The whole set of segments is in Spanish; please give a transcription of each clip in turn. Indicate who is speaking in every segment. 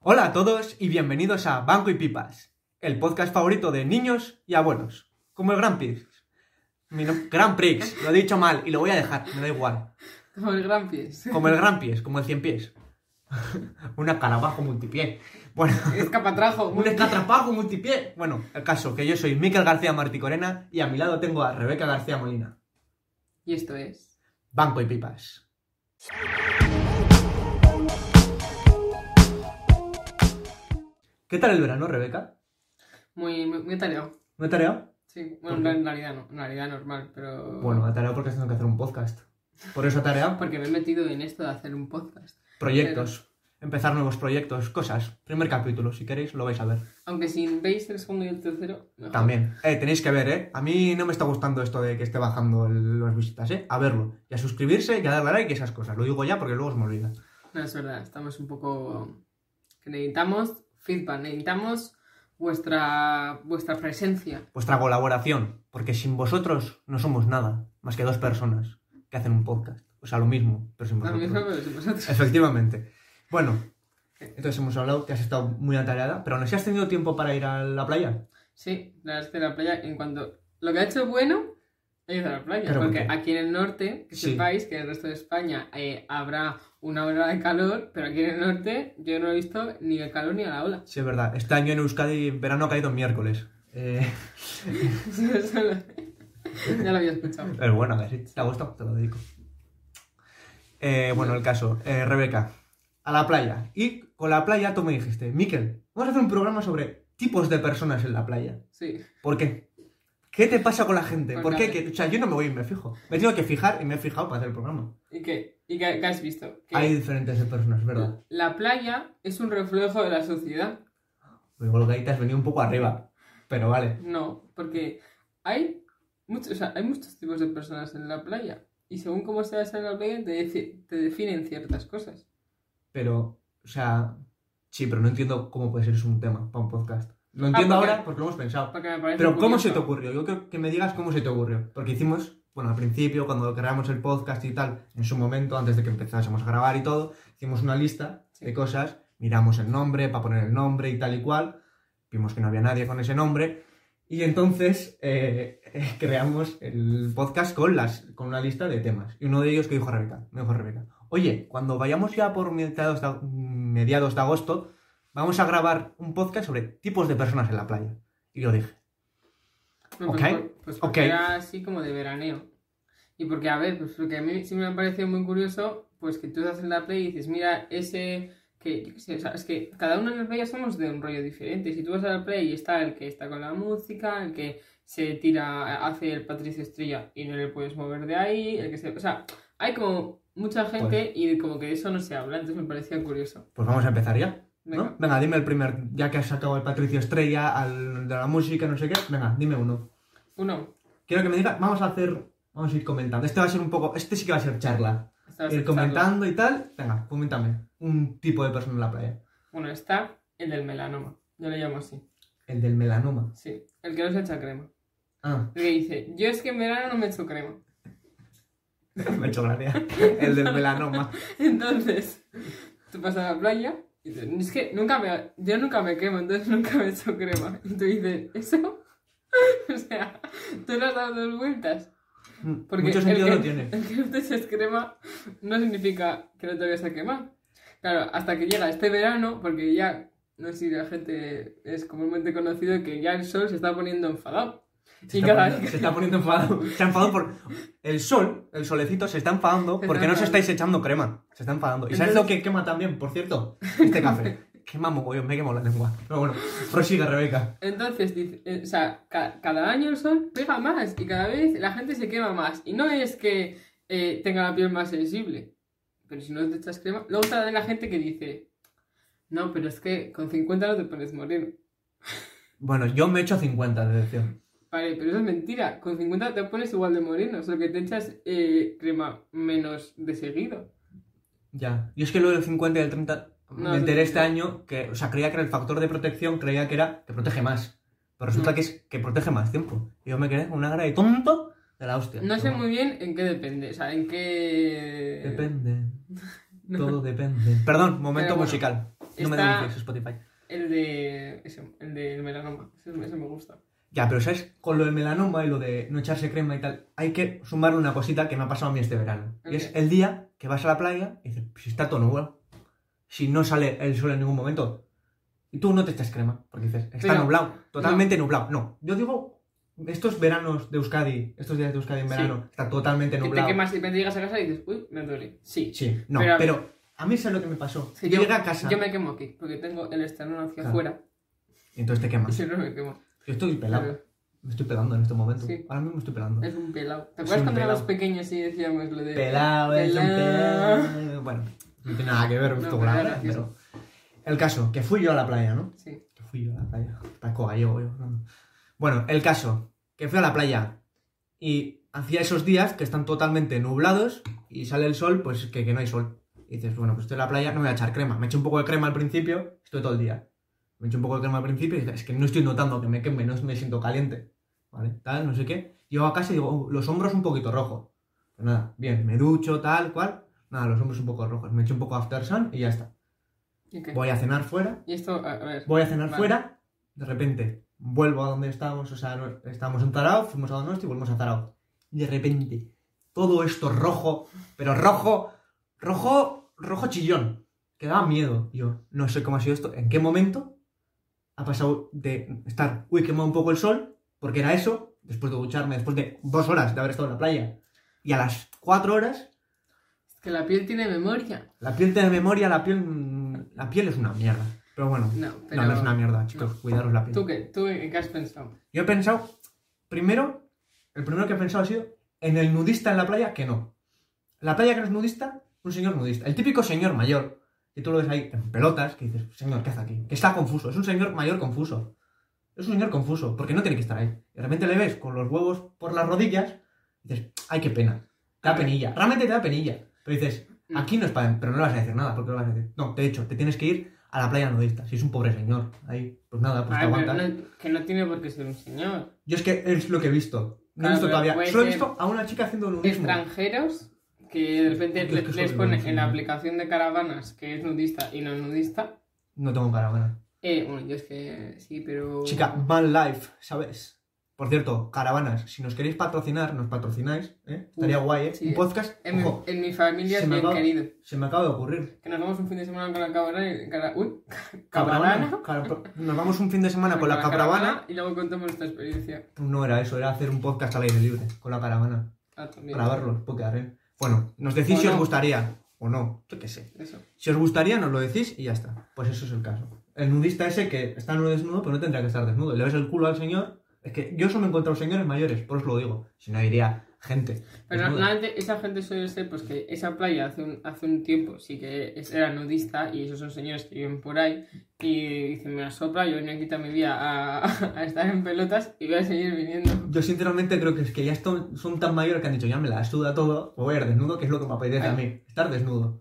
Speaker 1: Hola a todos y bienvenidos a Banco y Pipas, el podcast favorito de niños y abuelos, como el Grand Prix. Mi nom- Grand Prix, lo he dicho mal y lo voy a dejar, me da igual.
Speaker 2: Como el gran pies.
Speaker 1: Como el Grand Prix, como el Cien Pies. Una carabajo multipié. Bueno,
Speaker 2: Escapatrajo.
Speaker 1: un escatrapajo multipié. Bueno, el caso que yo soy Miquel García Marticorena y a mi lado tengo a Rebeca García Molina.
Speaker 2: Y esto es.
Speaker 1: Banco y Pipas. ¿Qué tal el verano, Rebeca?
Speaker 2: Muy, muy, muy atareado.
Speaker 1: ¿No he tareado?
Speaker 2: Sí.
Speaker 1: ¿Por
Speaker 2: Bueno,
Speaker 1: qué?
Speaker 2: en realidad- en realidad no. En realidad normal, pero.
Speaker 1: Bueno, he tareado porque tengo que hacer un podcast. Por eso he tareado.
Speaker 2: Porque me he metido en esto de hacer un podcast.
Speaker 1: Proyectos. Empezar nuevos proyectos, cosas. Primer capítulo, si queréis, lo vais a ver.
Speaker 2: Aunque si veis el segundo y el tercero. mejor.
Speaker 1: También. Eh, tenéis que ver, ¿eh? A mí no me está gustando esto de que esté bajando el- las visitas, ¿eh? A verlo. Y a suscribirse y a darle like y esas cosas. Lo digo ya porque luego os me olvida.
Speaker 2: No, es verdad. Estamos un poco. que Necesitamos feedback. Necesitamos vuestra, vuestra presencia.
Speaker 1: Vuestra colaboración. Porque sin vosotros no somos nada. Más que dos personas que hacen un podcast. O sea, lo mismo, pero sin
Speaker 2: A mí
Speaker 1: vosotros.
Speaker 2: eso me lo decís vosotros.
Speaker 1: Efectivamente. Bueno, entonces hemos hablado que has estado muy atareada, pero aún así has tenido tiempo para ir a la playa.
Speaker 2: Sí, la verdad es que la playa, en cuanto. Lo que ha hecho bueno es la playa.
Speaker 1: Pero
Speaker 2: porque
Speaker 1: ¿por qué?
Speaker 2: aquí en el norte, que
Speaker 1: Sí.
Speaker 2: sepáis que en el resto de España eh, habrá una ola de calor, pero aquí en el norte yo no he visto ni el calor ni a la ola.
Speaker 1: Sí, es verdad. Este año en Euskadi verano ha caído en miércoles. Eh,
Speaker 2: Eso lo- ya lo había escuchado.
Speaker 1: pero bueno, a ver si te ha gustado, te lo dedico. Eh, bueno, el caso. Eh, Rebeca, a la playa. Y con la playa tú me dijiste, Miquel, vamos a hacer un programa sobre tipos de personas en la playa.
Speaker 2: Sí,
Speaker 1: ¿Por qué? ¿Qué te pasa con Pues la gente? ¿Por
Speaker 2: Porque
Speaker 1: qué? Que- o sea, yo no me voy y me fijo. Me he tenido que fijar y me he fijado para hacer el programa.
Speaker 2: ¿y qué, ¿Y qué- qué has visto? Que
Speaker 1: Hay diferentes de personas, ¿verdad?
Speaker 2: La playa es un reflejo de la sociedad.
Speaker 1: Luego lo que ahí te has venido un poco arriba. Pero vale.
Speaker 2: No, porque hay muchos, o sea, hay muchos tipos de personas en la playa. Y según cómo seas en la playa, te, defi- te definen ciertas cosas.
Speaker 1: Pero, o sea. Sí, pero no entiendo cómo puede ser eso un tema para un podcast. Lo entiendo
Speaker 2: porque-
Speaker 1: ahora porque lo hemos pensado.
Speaker 2: Porque me parece
Speaker 1: Pero ¿cómo
Speaker 2: curioso.
Speaker 1: se te ocurrió? Yo creo que me digas cómo se te ocurrió. Porque hicimos, bueno, al principio, cuando creamos el podcast y tal, en su momento, antes de que empezásemos a grabar y todo, hicimos una lista
Speaker 2: Sí.
Speaker 1: de cosas, miramos el nombre, para poner el nombre y tal y cual, vimos que no había nadie con ese nombre, y entonces eh, eh, creamos el podcast con, las, con una lista de temas. Y uno de ellos que dijo Rebeca, me dijo Rebeca, oye, cuando vayamos ya por mediados de ag- mediados de agosto, vamos a grabar un podcast sobre tipos de personas en la playa. Y yo dije,
Speaker 2: No, pues,
Speaker 1: Ok,
Speaker 2: por- pues porque
Speaker 1: ok.
Speaker 2: era así como de veraneo. Y porque, a ver, pues lo que a mí sí me ha parecido muy curioso, pues que tú estás en la play y dices, mira, ese que, yo qué sé, o sea, es que cada uno en la playa somos de un rollo diferente. Si tú vas a la play y está el que está con la música, el que se tira, hace el Patricio Estrella y no le puedes mover de ahí, el que se... O sea, hay como mucha gente y como que de eso no se habla, entonces me parecía curioso.
Speaker 1: Pues vamos a empezar ya, ¿no?
Speaker 2: Venga.
Speaker 1: Venga, dime el primer, ya que has sacado al Patricio Estrella, al de la música, no sé qué. Venga, dime uno.
Speaker 2: Uno,
Speaker 1: Quiero que me digas, vamos a hacer, vamos a ir comentando. Este va a ser un poco, este sí que va a ser charla.
Speaker 2: estabas
Speaker 1: Ir
Speaker 2: escuchando.
Speaker 1: comentando y tal. Venga, coméntame. Un tipo de persona en la playa.
Speaker 2: Bueno, está el del melanoma, yo le llamo así,
Speaker 1: El del melanoma.
Speaker 2: sí, el que no se echa crema.
Speaker 1: Ah,
Speaker 2: Le dice, yo es que en verano no me echo crema.
Speaker 1: me ha hecho gracia. El del melanoma.
Speaker 2: Entonces, tú vas a la playa y dices, es que nunca me, yo nunca me quemo, entonces nunca me echo crema. Y tú dices, ¿eso? o sea, tú le has dado dos vueltas. Porque
Speaker 1: Mm, Mucho
Speaker 2: el
Speaker 1: sentido
Speaker 2: que-
Speaker 1: no tiene.
Speaker 2: El que no te eches crema no significa que no te vayas a quemar. Claro, hasta que llega este verano, porque ya, no sé si la gente es comúnmente conocido que ya el sol se está poniendo enfadado.
Speaker 1: Se
Speaker 2: Y
Speaker 1: está,
Speaker 2: cada-
Speaker 1: poniendo, se está poniendo enfadado. Se ha enfadado por. El sol, el solecito, se está enfadando
Speaker 2: Se está
Speaker 1: porque no os
Speaker 2: enfadando.
Speaker 1: estáis echando crema. Se está enfadando. ¿Y sabes
Speaker 2: Entonces-
Speaker 1: lo que quema también, por cierto? Este café. Quema mogollón, me he quemado la lengua. Pero bueno, prosigue, Rebeca.
Speaker 2: Entonces, dice, eh, o sea, ca- cada año el sol pega más y cada vez la gente se quema más. Y no es que eh, tenga la piel más sensible, pero si no te echas crema. Luego está la gente que dice, no, pero es que con 50 no te pones moreno.
Speaker 1: Bueno, yo me echo 50 de decepción.
Speaker 2: Vale, pero eso es mentira. Con 50 te pones igual de moreno, solo que te echas eh, crema menos de seguido.
Speaker 1: Ya. Y es que lo del 50 y del 30.
Speaker 2: No,
Speaker 1: me enteré
Speaker 2: no.
Speaker 1: este año que. O sea, creía que era el factor de protección, creía que era que protege más. Pero resulta
Speaker 2: Mm.
Speaker 1: que es que protege más tiempo. Y yo me quedé con una cara de tonto de la hostia.
Speaker 2: No sé
Speaker 1: Pero
Speaker 2: muy bien en qué depende, o sea, en qué...
Speaker 1: Depende.
Speaker 2: No.
Speaker 1: Todo depende. Perdón, momento
Speaker 2: Eh, Pero bueno.
Speaker 1: musical. No me
Speaker 2: Está-
Speaker 1: denuncies, Spotify.
Speaker 2: El de. Ese, el del melanoma. Ese, ese me gusta.
Speaker 1: Ya, pero ¿sabes? Con lo del melanoma y lo de no echarse crema y tal, hay que sumarle una cosita que me ha pasado a mí este verano. Y es
Speaker 2: Ok.
Speaker 1: el día que vas a la playa y dices, "Pues si está todo nublado, si no sale el sol en ningún momento, y tú no te echas crema, porque dices, está
Speaker 2: Pero-
Speaker 1: nublado, totalmente nublado. No, yo digo, estos veranos de Euskadi, estos días de Euskadi en
Speaker 2: Sí.
Speaker 1: verano, está totalmente
Speaker 2: Que
Speaker 1: nublado.
Speaker 2: te quemas y de repente llegas a casa y dices, uy, me duele. Sí.
Speaker 1: Sí, no,
Speaker 2: Pero
Speaker 1: pero,
Speaker 2: a-
Speaker 1: a mí es lo que me pasó.
Speaker 2: Sí,
Speaker 1: yo, llegué a casa
Speaker 2: Yo me quemo aquí, porque tengo el esternón hacia
Speaker 1: Claro.
Speaker 2: afuera.
Speaker 1: y entonces te
Speaker 2: Y
Speaker 1: quemas.
Speaker 2: siempre me quemo.
Speaker 1: Yo estoy pelado,
Speaker 2: Pero
Speaker 1: me estoy pelando en este momento.
Speaker 2: Sí. Eh,
Speaker 1: Ahora mismo estoy pelando.
Speaker 2: Es un pelado. ¿Te
Speaker 1: Soy
Speaker 2: acuerdas
Speaker 1: un
Speaker 2: cuando éramos
Speaker 1: pelao.
Speaker 2: pequeños y decíamos lo de.
Speaker 1: Pelado, es un
Speaker 2: Pelao.
Speaker 1: pelao. Bueno, no tiene nada que ver
Speaker 2: No,
Speaker 1: esto
Speaker 2: pero
Speaker 1: con la
Speaker 2: era
Speaker 1: hora,
Speaker 2: gracioso.
Speaker 1: pero. El caso, que fui yo a la playa, ¿no?
Speaker 2: Sí.
Speaker 1: Que fui yo a la playa. Paco gallego, yo. no. Bueno, el caso, que fui a la playa y hacía esos días que están totalmente nublados y sale el sol, pues que, que no hay sol. Y dices, bueno, pues estoy en la playa, no me voy a echar crema. Me eché un poco de crema al principio, estoy todo el día. Me eché un poco de crema al principio y dices, es que no estoy notando que me queme, no me siento caliente. ¿Vale? Tal, no sé qué. Llego a casa y digo, "Oh, los hombros un poquito rojos. Pues nada, bien, me ducho, tal, cual. Nada, los hombros un poco rojos. Me echo un poco de after sun y ya está.
Speaker 2: ¿Y qué?
Speaker 1: Voy a cenar fuera,
Speaker 2: Y esto, a, a ver.
Speaker 1: voy a cenar
Speaker 2: Vale.
Speaker 1: fuera, de repente vuelvo a donde estábamos, o sea, no- estábamos en Tarao, fuimos a Donosti y volvemos a Tarao. Y de repente, todo esto rojo, pero rojo, rojo, rojo chillón, que daba miedo. Yo no sé cómo ha sido esto, en qué momento ha pasado de estar, uy, quemado un poco el sol, porque era eso, después de ducharme, después de dos horas de haber estado en la playa, y a las cuatro horas,
Speaker 2: Es que la piel tiene memoria.
Speaker 1: la piel tiene memoria, la piel, mm, la piel es una mierda. Pero bueno,
Speaker 2: No, pero.
Speaker 1: no, no es una mierda, chicos, cuidaros la piel.
Speaker 2: ¿Tú qué? ¿Tú en qué has pensado?
Speaker 1: Yo he pensado, primero, el primero que he pensado ha sido en el nudista en la playa, que no. La playa que no es nudista, un señor nudista. El típico señor mayor, que tú lo ves ahí en pelotas, que dices, señor, ¿qué hace aquí? Que está confuso, es un señor mayor confuso. Es un señor confuso, porque no tiene que estar ahí. De repente le ves con los huevos por las rodillas, y dices, ay, qué pena. Te da penilla, realmente te da penilla. Pero dices,
Speaker 2: Mm.
Speaker 1: aquí no es para... Pero no le vas a decir nada, porque no le vas a decir, no, de hecho, te tienes que ir a la playa nudista. Si es un pobre señor, ahí, pues nada, pues
Speaker 2: A
Speaker 1: te
Speaker 2: ver,
Speaker 1: aguantas.
Speaker 2: pero Ah, no- que no tiene por qué ser un señor.
Speaker 1: Yo es que es lo que he visto. No
Speaker 2: Claro,
Speaker 1: he visto
Speaker 2: pero
Speaker 1: todavía.
Speaker 2: puede
Speaker 1: Solo he
Speaker 2: ser
Speaker 1: visto a una chica haciendo nudismo.
Speaker 2: Extranjeros que de
Speaker 1: Porque
Speaker 2: repente
Speaker 1: es que
Speaker 2: le-
Speaker 1: eso
Speaker 2: les
Speaker 1: es
Speaker 2: ponen
Speaker 1: nudismo.
Speaker 2: en la aplicación de caravanas que es nudista y no nudista.
Speaker 1: No tengo caravana.
Speaker 2: Eh, bueno, yo es que sí, pero.
Speaker 1: Chica, van life, ¿sabes? Por cierto, caravanas, si nos queréis patrocinar, nos patrocináis, ¿eh? Estaría
Speaker 2: Uf,
Speaker 1: guay, ¿eh?
Speaker 2: sí. Em,
Speaker 1: Un podcast.
Speaker 2: En, mi-
Speaker 1: Ojo,
Speaker 2: en mi familia
Speaker 1: se
Speaker 2: es
Speaker 1: me
Speaker 2: bien
Speaker 1: acaba-
Speaker 2: querido.
Speaker 1: se me acaba de ocurrir.
Speaker 2: Que nos vamos un fin de semana con la caravana. Cara, uy,
Speaker 1: Caravana.
Speaker 2: caravana.
Speaker 1: Cabra- Nos vamos un fin de semana con pues la caravana.
Speaker 2: Y luego contamos nuestra experiencia.
Speaker 1: Pues no era eso, era hacer un podcast al aire libre con la caravana.
Speaker 2: Ah, también.
Speaker 1: Grabarlo, podcast, ¿eh? Bueno, nos decís
Speaker 2: O
Speaker 1: si
Speaker 2: no.
Speaker 1: os gustaría o no. Yo qué sé.
Speaker 2: Eso.
Speaker 1: Si os gustaría, nos lo decís y ya está. Pues eso es el caso. El nudista ese que está no desnudo, pero no tendría que estar desnudo. Le ves el culo al señor. Es que yo solo me he encontrado señores mayores, por eso lo digo. Si no, diría gente.
Speaker 2: Pero
Speaker 1: desnuda.
Speaker 2: normalmente esa gente suele ser, pues que esa playa hace un, hace un tiempo sí que es- era nudista y esos son señores que viven por ahí y dicen, me la sopla, yo venía aquí toda mi vida a, a estar en pelotas y voy a seguir viniendo.
Speaker 1: Yo sinceramente creo que es que ya están- son tan mayores que han dicho, ya me la suda todo, pues voy a ir desnudo, que es lo que me apetece a mí, estar desnudo.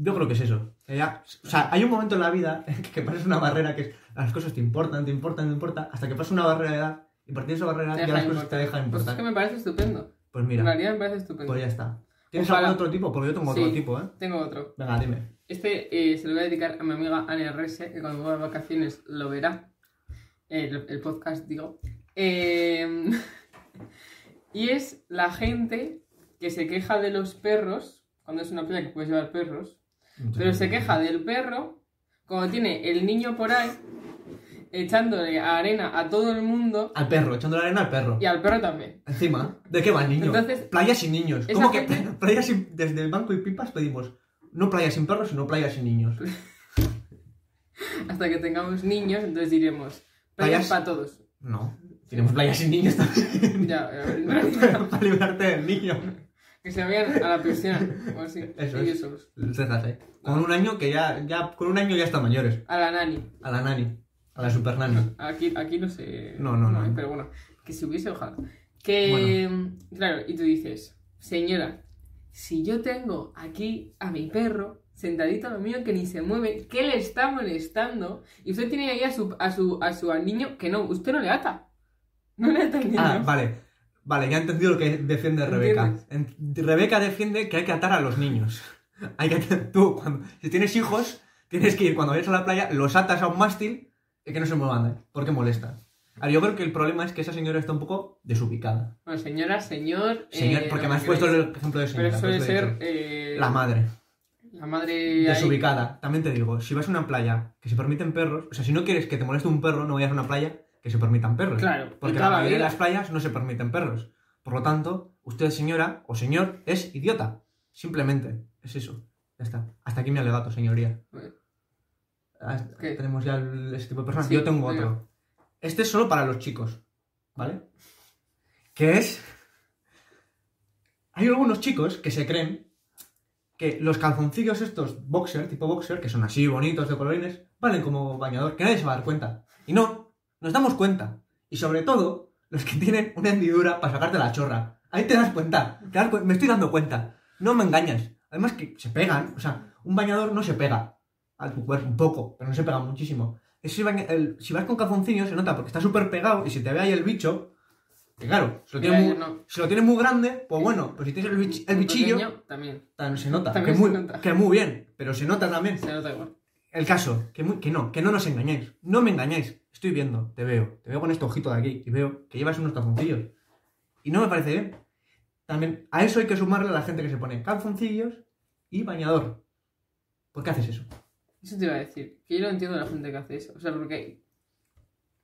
Speaker 1: Yo creo que es eso. que ya- o sea, hay un momento en la vida que pasas una barrera que es, las cosas te importan, te importan, te importan, hasta que pasas una barrera de edad y a partir de esa barrera
Speaker 2: Te
Speaker 1: ya
Speaker 2: deja
Speaker 1: las
Speaker 2: de
Speaker 1: cosas te dejan
Speaker 2: Pues es
Speaker 1: importar.
Speaker 2: que me parece estupendo.
Speaker 1: Pues mira.
Speaker 2: En realidad me parece estupendo.
Speaker 1: Pues ya está. ¿Tienes
Speaker 2: Ojalá.
Speaker 1: algún otro tipo? Porque yo tengo
Speaker 2: Sí.
Speaker 1: otro tipo, ¿eh?
Speaker 2: Tengo otro.
Speaker 1: Venga, dime.
Speaker 2: Este eh, se lo voy a dedicar a mi amiga Ana Rese, que cuando vuelva de vacaciones lo verá. El, el podcast, digo. Eh, y es la gente que se queja de los perros, cuando es una playa que puedes llevar perros, pero se queja del perro cuando tiene el niño por ahí echándole arena a todo el mundo
Speaker 1: Al perro, echando la arena al perro.
Speaker 2: y al perro también.
Speaker 1: Encima, ¿de qué va el niño?
Speaker 2: Entonces-
Speaker 1: playa sin niños.
Speaker 2: Esa
Speaker 1: ¿Cómo que
Speaker 2: gente-
Speaker 1: playa sin... Desde el banco y pipas pedimos no playa sin perros, sino playa sin niños.
Speaker 2: Pues- Hasta que tengamos niños, entonces diremos,
Speaker 1: Playas-
Speaker 2: playas para todos.
Speaker 1: No, tenemos playa sin niños también.
Speaker 2: Ya, ya.
Speaker 1: Para librarte del niño.
Speaker 2: Que se vayan a la piscina. O así.
Speaker 1: Eso
Speaker 2: ellos
Speaker 1: es.
Speaker 2: solos.
Speaker 1: Cejas, ¿eh? Con un año que ya, ya... Con un año ya están mayores.
Speaker 2: A la nani.
Speaker 1: A la nani. A la super nani.
Speaker 2: Aquí, aquí no sé.
Speaker 1: No, no, no.
Speaker 2: ¿eh? Pero bueno, que si hubiese, ojalá. Que. Claro, y tú dices, señora, si yo tengo aquí a mi perro sentadito a lo mío que ni se mueve, ¿qué le está molestando? Y usted tiene ahí a su, a su, a su niño que no, usted no le ata. No le ata el niño.
Speaker 1: Ah, vale. Vale, ya he entendido lo que defiende Rebeca. En- Rebeca defiende que hay que atar a los niños. Hay que atar- Tú, cuando... si tienes hijos, Tienes que ir cuando vayas a la playa, los atas a un mástil y que no se muevan, ¿eh? porque molesta. Ahora, yo creo que el problema es que esa señora está un poco desubicada.
Speaker 2: Bueno, señora, señor.
Speaker 1: Señor,
Speaker 2: eh,
Speaker 1: porque
Speaker 2: lo
Speaker 1: me
Speaker 2: que
Speaker 1: has puesto
Speaker 2: queráis.
Speaker 1: el ejemplo de señora. por
Speaker 2: Pero suele
Speaker 1: eso he
Speaker 2: ser.
Speaker 1: dicho.
Speaker 2: eh,
Speaker 1: La madre.
Speaker 2: la madre. ahí-
Speaker 1: Desubicada. También te digo, si vas a una playa que se permiten perros, o sea, si no quieres que te moleste un perro, no vayas a una playa que se permitan perros.
Speaker 2: Claro,
Speaker 1: Porque
Speaker 2: y
Speaker 1: la
Speaker 2: toda la
Speaker 1: mayoría de
Speaker 2: vida.
Speaker 1: las playas no se permiten perros. Por lo tanto, usted, señora o señor, es idiota. Simplemente. Es eso. Ya está. Hasta aquí mi alegato, señoría.
Speaker 2: Bueno.
Speaker 1: Hasta-
Speaker 2: ¿Qué?
Speaker 1: Tenemos ya el- este tipo de personas.
Speaker 2: Sí,
Speaker 1: Yo tengo
Speaker 2: venga.
Speaker 1: otro. Este es solo para los chicos. ¿Vale? Que es. Hay algunos chicos que se creen que los calzoncillos estos boxer, tipo boxer, que son así bonitos de colorines, valen como bañador, que nadie se va a dar cuenta. Y no, nos damos cuenta. Y sobre todo, los que tienen una hendidura para sacarte la chorra. Ahí te das cuenta. te das cu- me estoy dando cuenta. No me engañas. Además que se pegan. O sea, un bañador no se pega a tu cuerpo un poco, pero no se pega muchísimo. Ese baña- el- si vas con calzoncillos se nota porque está súper pegado y si te ve ahí el bicho, que claro, se lo,
Speaker 2: Mira,
Speaker 1: tiene muy,
Speaker 2: yo no.
Speaker 1: si lo tienes muy grande, pues bueno, pues si tienes el, bich- el
Speaker 2: Muy
Speaker 1: bichillo,
Speaker 2: pequeño, también.
Speaker 1: tan- se nota,
Speaker 2: También
Speaker 1: que, muy,
Speaker 2: se nota.
Speaker 1: que muy bien, pero se nota también.
Speaker 2: Se nota igual.
Speaker 1: El caso, que, muy- que no, que no nos engañéis, no me engañéis, estoy viendo, te veo, te veo con este ojito de aquí y veo que llevas unos calzoncillos. Y no me parece bien. También a eso hay que sumarle a la gente que se pone calzoncillos y bañador. ¿Por qué haces eso?
Speaker 2: Eso te iba a decir. Que yo no entiendo a la gente que hace eso. O sea, porque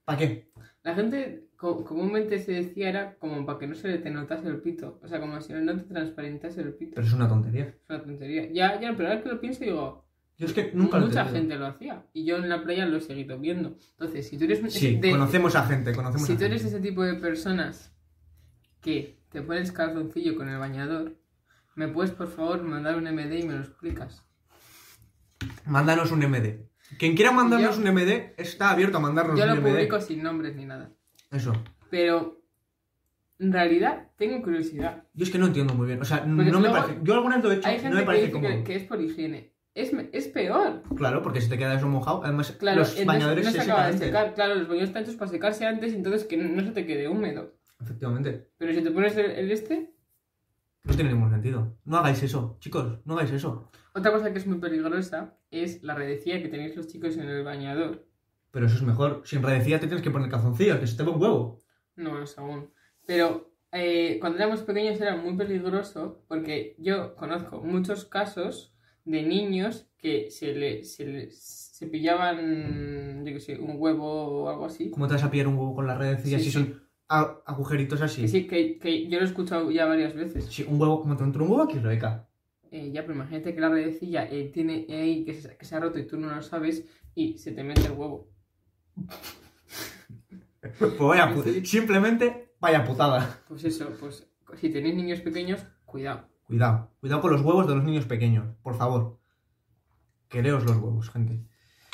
Speaker 1: ¿Para qué?
Speaker 2: la gente co- comúnmente se decía era como para que no se le te notase el pito. O sea, como si no te transparentase el pito.
Speaker 1: Pero es una tontería.
Speaker 2: Es una tontería. Ya, ya, pero ahora que lo pienso, digo,
Speaker 1: Yo es que nunca lo he
Speaker 2: mucha
Speaker 1: tenido.
Speaker 2: gente lo hacía. Y yo en la playa lo he seguido viendo. Entonces, si tú eres un-
Speaker 1: Sí,
Speaker 2: de-
Speaker 1: conocemos a gente, conocemos
Speaker 2: Si
Speaker 1: a
Speaker 2: tú eres
Speaker 1: gente.
Speaker 2: ese tipo de personas que te pones calzoncillo con el bañador, ¿me puedes por favor mandar un MD y me lo explicas?
Speaker 1: Mándanos un MD. Quien quiera mandarnos
Speaker 2: Yo-
Speaker 1: un MD está abierto a mandarnos
Speaker 2: Yo
Speaker 1: un
Speaker 2: lo
Speaker 1: MD.
Speaker 2: publico sin nombres ni nada.
Speaker 1: Eso.
Speaker 2: Pero en realidad tengo curiosidad.
Speaker 1: Yo es que no entiendo muy bien. O sea,
Speaker 2: Porque
Speaker 1: no me
Speaker 2: luego-
Speaker 1: parece. Yo alguna vez lo he hecho,
Speaker 2: Hay gente
Speaker 1: no me
Speaker 2: que
Speaker 1: parece
Speaker 2: dice
Speaker 1: como.
Speaker 2: que, que es por higiene. Es, me- es peor.
Speaker 1: Claro, porque si te queda eso mojado. Además,
Speaker 2: Claro,
Speaker 1: los
Speaker 2: entonces
Speaker 1: bañadores
Speaker 2: no se
Speaker 1: se
Speaker 2: acaba de
Speaker 1: secan antes.
Speaker 2: secar. Claro, los bañadores están hechos para secarse antes y entonces que no se te quede húmedo.
Speaker 1: Efectivamente.
Speaker 2: Pero si te pones el, el este,
Speaker 1: No tiene ningún sentido. No hagáis eso, chicos. No hagáis eso.
Speaker 2: otra cosa que es muy peligrosa es la redecía que tenéis los chicos en el bañador.
Speaker 1: Pero eso es mejor. Sin redecía te tienes que poner calzoncillos, que se te ve un huevo.
Speaker 2: No, es aún. Pero eh, cuando éramos pequeños era muy peligroso porque yo conozco muchos casos de niños que se le, se le- se pillaban, yo qué sé, un huevo o algo así.
Speaker 1: ¿Cómo te vas a pillar un huevo con las redecillas
Speaker 2: Sí,
Speaker 1: si
Speaker 2: sí.
Speaker 1: son a- agujeritos
Speaker 2: Que
Speaker 1: así?
Speaker 2: sí, que, que yo lo he escuchado ya varias veces.
Speaker 1: Sí, un huevo, como te entra un huevo aquí, Rebeca.
Speaker 2: Eh, ya, pero imagínate que la redecilla eh, tiene ahí que se, que se ha roto y tú no lo sabes y se te mete el huevo.
Speaker 1: Pues vaya pu-
Speaker 2: Sí.
Speaker 1: Simplemente vaya putada.
Speaker 2: Pues eso, pues si tenéis niños pequeños, cuidado.
Speaker 1: Cuidado, cuidado con los huevos de los niños pequeños, por favor. Quereos los huevos, gente.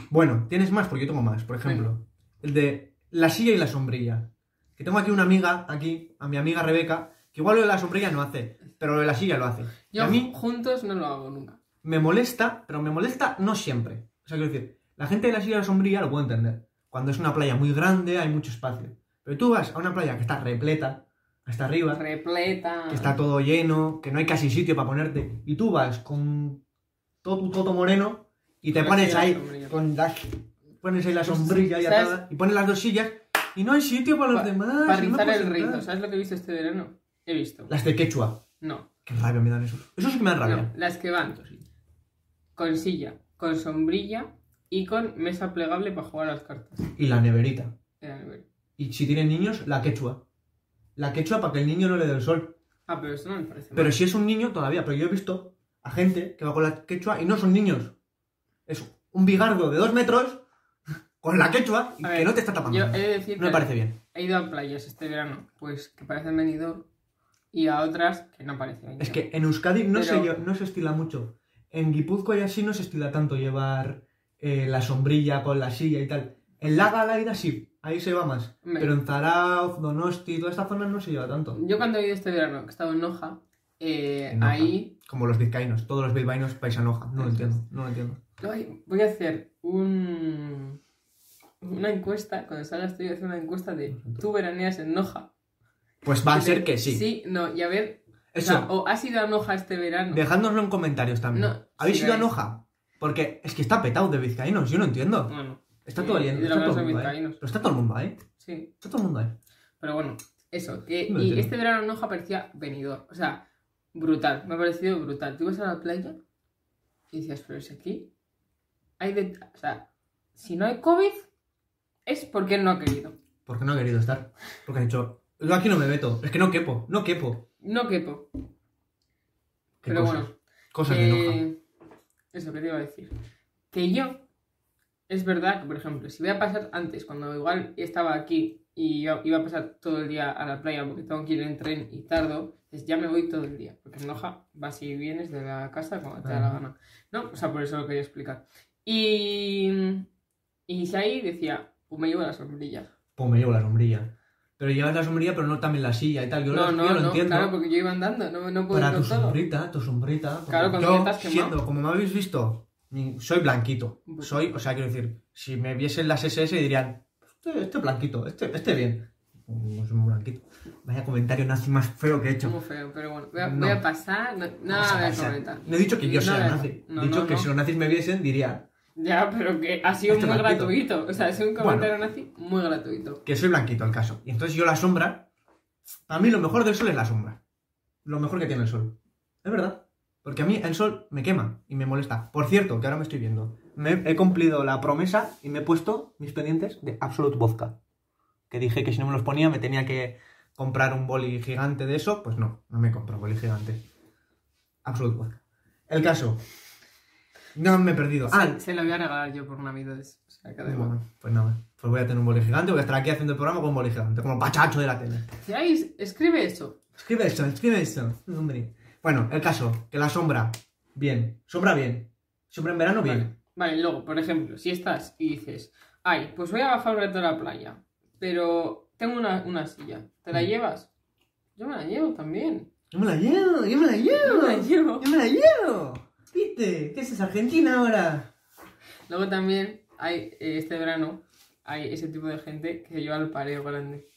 Speaker 1: Bueno, tienes más, porque yo tengo más. Por ejemplo, el de la silla y la sombrilla. Que tengo aquí una amiga, aquí, a mi amiga Rebeca, que igual lo de la sombrilla no hace, pero lo de la silla lo hace. Y
Speaker 2: Yo
Speaker 1: a mí
Speaker 2: juntos no lo hago nunca.
Speaker 1: me molesta, pero me molesta no siempre. O sea, quiero decir, la gente de la silla de la sombrilla lo puedo entender. Cuando es una playa muy grande, hay mucho espacio. Pero tú vas a una playa que está repleta, hasta arriba,
Speaker 2: Repleta.
Speaker 1: que está todo lleno, que no hay casi sitio para ponerte. Y tú vas con todo tu toto moreno y te
Speaker 2: Con la
Speaker 1: pones
Speaker 2: silla y la
Speaker 1: ahí,
Speaker 2: sombrilla.
Speaker 1: con la, pones ahí la sombrilla y,
Speaker 2: ¿Sabes?
Speaker 1: atada, y pones las dos sillas y no hay sitio para los
Speaker 2: Pa-
Speaker 1: demás.
Speaker 2: Para
Speaker 1: y no
Speaker 2: rizar
Speaker 1: puedes
Speaker 2: el
Speaker 1: entrar.
Speaker 2: rizo, ¿sabes lo que he visto este verano? He visto.
Speaker 1: Las de quechua.
Speaker 2: No,
Speaker 1: Qué rabia me dan esos. Esos sí que me dan
Speaker 2: no,
Speaker 1: rabia.
Speaker 2: las que van con silla, con sombrilla y con mesa plegable para jugar a las cartas.
Speaker 1: Y la neverita.
Speaker 2: Era el verano.
Speaker 1: Y si tienen niños, la quechua. La quechua para que el niño no le dé el sol.
Speaker 2: Ah, pero eso no me parece
Speaker 1: Pero
Speaker 2: mal.
Speaker 1: si es un niño, todavía. Pero yo he visto a gente que va con la quechua y no son niños. Es un bigardo de dos metros con la quechua y
Speaker 2: A
Speaker 1: que
Speaker 2: ver,
Speaker 1: no te está tapando.
Speaker 2: Yo
Speaker 1: nada.
Speaker 2: he de decir
Speaker 1: No me
Speaker 2: que
Speaker 1: parece bien.
Speaker 2: he ido a playas este verano, pues que parecen venidor, y a otras que no parecen
Speaker 1: Es que en Euskadi no, se,
Speaker 2: Pero-
Speaker 1: lle- no se estila mucho. En Guipúzcoa y así no se estila tanto llevar eh, la sombrilla con la silla y tal. En Laga, Laida sí, ahí se va más.
Speaker 2: Hombre.
Speaker 1: Pero en Zarauz, Donosti, toda esta zona no se lleva tanto.
Speaker 2: Yo cuando he ido este verano, que he estado en Noja, eh,
Speaker 1: En Noja.
Speaker 2: ahí...
Speaker 1: Como los vizcaínos, todos los bilbaínos paisanoja. No lo
Speaker 2: Eso
Speaker 1: entiendo, no lo entiendo.
Speaker 2: Ay, Voy a hacer un... Una encuesta, cuando salga estoy voy a hacer una encuesta de ¿Tú veraneas en Noja?
Speaker 1: Pues va a ser que sí.
Speaker 2: Sí, no, y a ver. O,
Speaker 1: Eso,
Speaker 2: sea, o has ido a Noja este verano.
Speaker 1: dejadnoslo en comentarios también.
Speaker 2: No,
Speaker 1: ¿Habéis
Speaker 2: sí,
Speaker 1: ido a
Speaker 2: veréis.
Speaker 1: Noja? Porque es que está petado de vizcaínos, yo no entiendo.
Speaker 2: Bueno,
Speaker 1: Está
Speaker 2: Sí,
Speaker 1: todo
Speaker 2: y
Speaker 1: bien.
Speaker 2: de
Speaker 1: Está
Speaker 2: los
Speaker 1: todo, el
Speaker 2: brazos
Speaker 1: mundo ahí.
Speaker 2: vizcaínos.
Speaker 1: Pero está todo el mundo ahí.
Speaker 2: sí.
Speaker 1: Está todo el mundo ahí.
Speaker 2: Pero bueno, eso. que-
Speaker 1: No
Speaker 2: y
Speaker 1: entiendo.
Speaker 2: este verano Noja parecía venidor. O sea, brutal. Me ha parecido brutal. Tú ibas a la playa y decías, pero es aquí. Hay de... O sea, si no hay COVID, es porque él no ha querido.
Speaker 1: Porque no ha querido estar. Porque han dicho, yo aquí no me meto. Es que no quepo, no quepo.
Speaker 2: No quepo.
Speaker 1: Qué
Speaker 2: Pero
Speaker 1: cosas.
Speaker 2: bueno.
Speaker 1: Cosas
Speaker 2: Eh,
Speaker 1: de enoja.
Speaker 2: Eso que te iba a decir. Que yo, es verdad que, por ejemplo, si voy a pasar antes, cuando igual estaba aquí y yo iba a pasar todo el día a la playa porque tengo que ir en tren y tardo, pues ya me voy todo el día. Porque en Loja vas y vienes de la casa cuando te da la
Speaker 1: Ajá.
Speaker 2: gana. No, o sea, por eso lo quería explicar. Y, y si ahí decía, pues me llevo la sombrilla.
Speaker 1: Pues me llevo la sombrilla. Pero llevas la sombrilla, pero no también la silla y tal. Yo, lo-
Speaker 2: no,
Speaker 1: yo
Speaker 2: no,
Speaker 1: lo
Speaker 2: no,
Speaker 1: entiendo.
Speaker 2: claro, porque yo iba andando, no, no puedo
Speaker 1: Para
Speaker 2: ir
Speaker 1: tu
Speaker 2: con todo.
Speaker 1: sombrita, tu sombrita. porque
Speaker 2: Claro, cuando
Speaker 1: yo,
Speaker 2: ya estás quemado.
Speaker 1: siendo, como me habéis visto, ni- soy blanquito.
Speaker 2: Un poco.
Speaker 1: Soy, o sea, quiero decir, si me viesen las SS dirían, este, este blanquito, este, este bien. No soy muy blanquito. Vaya comentario nazi más feo que he hecho.
Speaker 2: Muy feo, pero bueno, voy a,
Speaker 1: No.
Speaker 2: voy a pasar, no,
Speaker 1: Vamos
Speaker 2: nada
Speaker 1: a
Speaker 2: voy a
Speaker 1: pasar.
Speaker 2: comentar.
Speaker 1: No he dicho que yo
Speaker 2: No,
Speaker 1: sea
Speaker 2: no,
Speaker 1: nazi.
Speaker 2: no,
Speaker 1: he dicho
Speaker 2: no,
Speaker 1: que
Speaker 2: no.
Speaker 1: si los nazis me viesen dirían
Speaker 2: Ya, pero que ha sido
Speaker 1: Este
Speaker 2: muy
Speaker 1: blanquito.
Speaker 2: gratuito. O sea, ha sido un comentario nazi muy gratuito.
Speaker 1: que soy blanquito el caso. Y entonces yo la sombra, para mí lo mejor del sol es la sombra. Lo mejor que tiene el sol. Es verdad. Porque a mí el sol me quema y me molesta. Por cierto, que ahora me estoy viendo. Me he cumplido la promesa y me he puesto mis pendientes de Absolute Vodka. Que dije que si no me los ponía me tenía que comprar un boli gigante de eso. Pues no, no me compro boli gigante. Absolute Vodka. El caso. No me he perdido. Ah,
Speaker 2: Se, se lo voy a regalar yo por Navidades. O sea, que da igual.
Speaker 1: bueno, pues nada, pues voy a tener un boli gigante, voy a estar aquí haciendo el programa con un boli gigante, como pachacho de la tele.
Speaker 2: Si ahí es- escribe eso.
Speaker 1: Escribe esto, escribe esto. Hombre. Bueno, el caso, que la sombra, bien, sombra bien, sombra en verano bien.
Speaker 2: Vale. Vale, luego, por ejemplo, si estás y dices, ay, pues voy a bajar un rato a la playa, pero tengo una, una silla. ¿Te la
Speaker 1: Mm.
Speaker 2: llevas? Yo me la llevo también.
Speaker 1: Yo me la llevo, yo me la
Speaker 2: Yo
Speaker 1: llevo,
Speaker 2: me la llevo.
Speaker 1: yo me la llevo. ¿Viste? ¿Qué es esa Argentina ahora?
Speaker 2: Luego también hay, eh, este verano, hay ese tipo de gente que se lleva al pareo grande.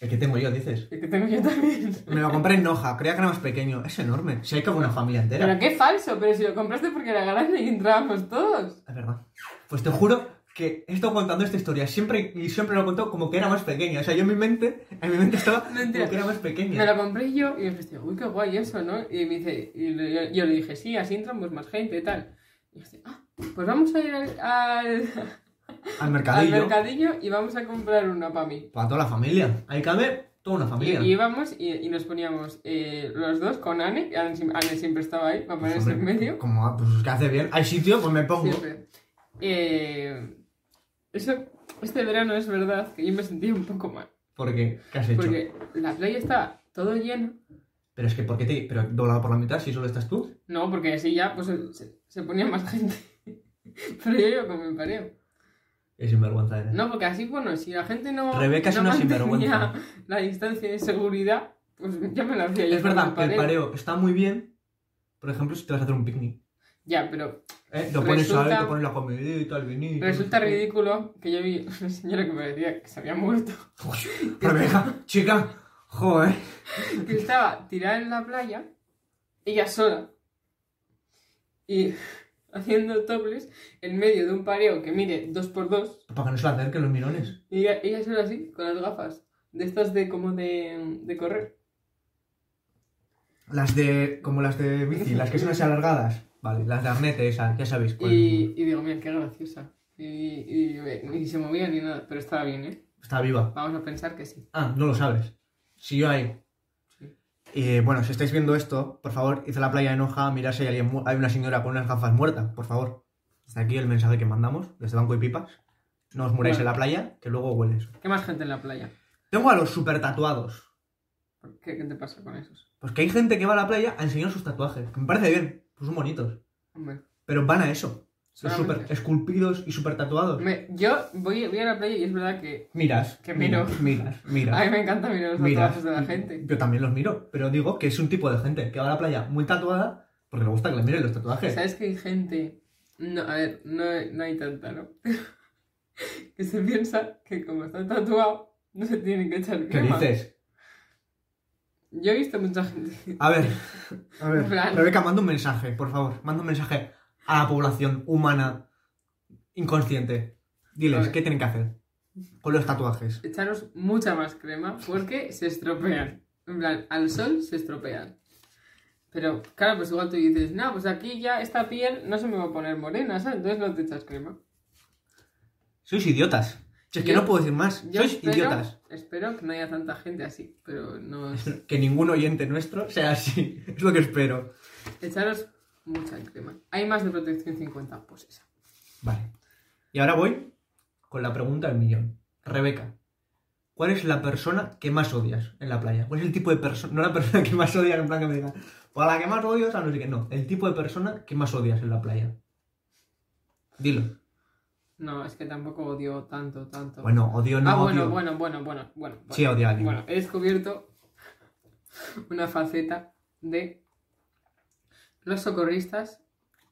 Speaker 1: El que tengo yo, dices.
Speaker 2: El que tengo yo también.
Speaker 1: Me lo compré en Noja, creía que era más pequeño, es enorme. Si hay como una familia entera.
Speaker 2: Pero qué falso, pero si lo compraste porque era grande y entrábamos todos.
Speaker 1: Es verdad. Pues te juro que he estado contando esta historia siempre y siempre lo contado como que era más pequeña. O sea, yo en mi mente, en mi mente estaba
Speaker 2: Mentira.
Speaker 1: como que era más
Speaker 2: Me
Speaker 1: pequeña.
Speaker 2: lo compré yo y me dije, uy, qué guay eso, ¿no? Y me dice, y le- yo, yo le dije, sí, así entramos más gente y tal. Y dice, ah, pues vamos a ir al, al,
Speaker 1: Al
Speaker 2: al
Speaker 1: mercadillo.
Speaker 2: mercadillo y vamos a comprar una para mí.
Speaker 1: Para toda la familia. Ahí cabe toda una
Speaker 2: Y,
Speaker 1: familia.
Speaker 2: y íbamos y, y nos poníamos eh, los dos con Anne, y Anne, sim- Anne siempre estaba ahí, para
Speaker 1: Pues,
Speaker 2: ponerse en
Speaker 1: hombre,
Speaker 2: medio.
Speaker 1: Como pues, es que hace bien. Hay sitio, pues me pongo.
Speaker 2: Siempre. Eh, eso, este verano es verdad que yo me sentí un poco mal.
Speaker 1: Porque, ¿qué has hecho?
Speaker 2: Porque la playa está todo lleno
Speaker 1: Pero es que, ¿por qué te.? Pero doblado por la mitad si solo estás tú.
Speaker 2: No, porque así ya pues, se, se ponía más gente. Pero yo iba con mi pareo.
Speaker 1: Es sinvergüenza ¿eh? eres.
Speaker 2: No, porque así, bueno, si la gente no.
Speaker 1: Rebeca es
Speaker 2: no
Speaker 1: una
Speaker 2: mantenía
Speaker 1: sinvergüenza.
Speaker 2: La distancia de seguridad, pues ya me la hacía yo.
Speaker 1: Es
Speaker 2: con
Speaker 1: verdad
Speaker 2: mi
Speaker 1: que el pareo está muy bien. Por ejemplo, si te vas a hacer un picnic.
Speaker 2: Ya, pero
Speaker 1: ¿eh? Lo pones
Speaker 2: Resulta-
Speaker 1: ahí, te pones la comidita, el vinito.
Speaker 2: resulta
Speaker 1: no sé qué.
Speaker 2: ridículo que yo vi una señora que me decía que se había muerto,
Speaker 1: Rebeca, chica. Joder.
Speaker 2: que estaba tirada en la playa, ella sola, y haciendo toples en medio de un pareo que mide dos por dos.
Speaker 1: Para que no se la acerquen los mirones.
Speaker 2: Y ella, ella solo así, con las gafas. De estas de como de, de correr.
Speaker 1: Las de. como las de bici, las que son así alargadas. Vale, las de arnete, esas, ya sabéis cuál.
Speaker 2: Y, y digo, mira, qué graciosa. Y, y, y se movía ni nada, pero estaba bien, ¿eh?
Speaker 1: Está viva.
Speaker 2: Vamos a pensar que sí.
Speaker 1: Ah, no lo sabes. Si yo ahí.
Speaker 2: Sí.
Speaker 1: Eh, bueno, si estáis viendo esto, por favor, hice la playa de Noja, mirad si hay, alguien mu- hay una señora con unas gafas muerta, por favor. Desde aquí el mensaje que mandamos, desde Banco y Pipas. No os muráis
Speaker 2: Bueno.
Speaker 1: en la playa, que luego huele eso.
Speaker 2: ¿Qué más gente en la playa?
Speaker 1: Tengo a los super tatuados.
Speaker 2: ¿Qué, qué te pasa con esos?
Speaker 1: Pues que hay gente que va a la playa a enseñar sus tatuajes. que me parece bien, pues son bonitos.
Speaker 2: Hombre,
Speaker 1: Pero van a eso. Los
Speaker 2: solamente-
Speaker 1: super esculpidos y super tatuados.
Speaker 2: Me- yo voy, voy a la playa y es verdad que
Speaker 1: Miras.
Speaker 2: Que miro. pues
Speaker 1: Miras, miras. miras.
Speaker 2: a mí me encanta mirar los
Speaker 1: Mira,
Speaker 2: tatuajes de la gente.
Speaker 1: Yo también los miro, pero digo que es un tipo de gente que va a la playa muy tatuada porque le gusta que le miren los tatuajes.
Speaker 2: ¿Sabes que hay gente? No, a ver, no, no hay tanta, ¿no? que se piensa que como está tatuado, no se tiene que echar
Speaker 1: ¿Qué
Speaker 2: crema.
Speaker 1: dices?
Speaker 2: Yo he visto mucha gente
Speaker 1: A ver, a ver.
Speaker 2: En plan.
Speaker 1: Rebeca, manda un mensaje, por favor. Manda un mensaje a la población humana inconsciente? Diles,
Speaker 2: Vale.
Speaker 1: ¿qué tienen que hacer con los tatuajes?
Speaker 2: Echaros mucha más crema porque se estropean. En plan, al sol se estropean. Pero claro, pues igual tú dices, no, pues aquí ya esta piel no se me va a poner morena, ¿sabes? Entonces no te echas crema.
Speaker 1: Sois idiotas. Si es que
Speaker 2: Yo-
Speaker 1: no puedo decir más.
Speaker 2: Yo
Speaker 1: Sois
Speaker 2: espero,
Speaker 1: idiotas.
Speaker 2: Espero que no haya tanta gente así, pero no es-
Speaker 1: Que ningún oyente nuestro sea así. Es lo que espero.
Speaker 2: Echaros mucha crema. Hay más de protección 50, pues esa.
Speaker 1: Vale. Y ahora voy con la pregunta del millón. Rebeca, ¿cuál es la persona que más odias en la playa? ¿Cuál es el tipo de persona? No la persona que más odias, en plan que me diga, pues a la que más odio, a no sé qué. No, el tipo de persona que más odias en la playa. Dilo.
Speaker 2: No, es que tampoco odio tanto, tanto.
Speaker 1: Bueno, odio no
Speaker 2: ah,
Speaker 1: odio.
Speaker 2: bueno, bueno, bueno, bueno, bueno, bueno.
Speaker 1: Sí, odio a alguien.
Speaker 2: Bueno, he descubierto una faceta de los socorristas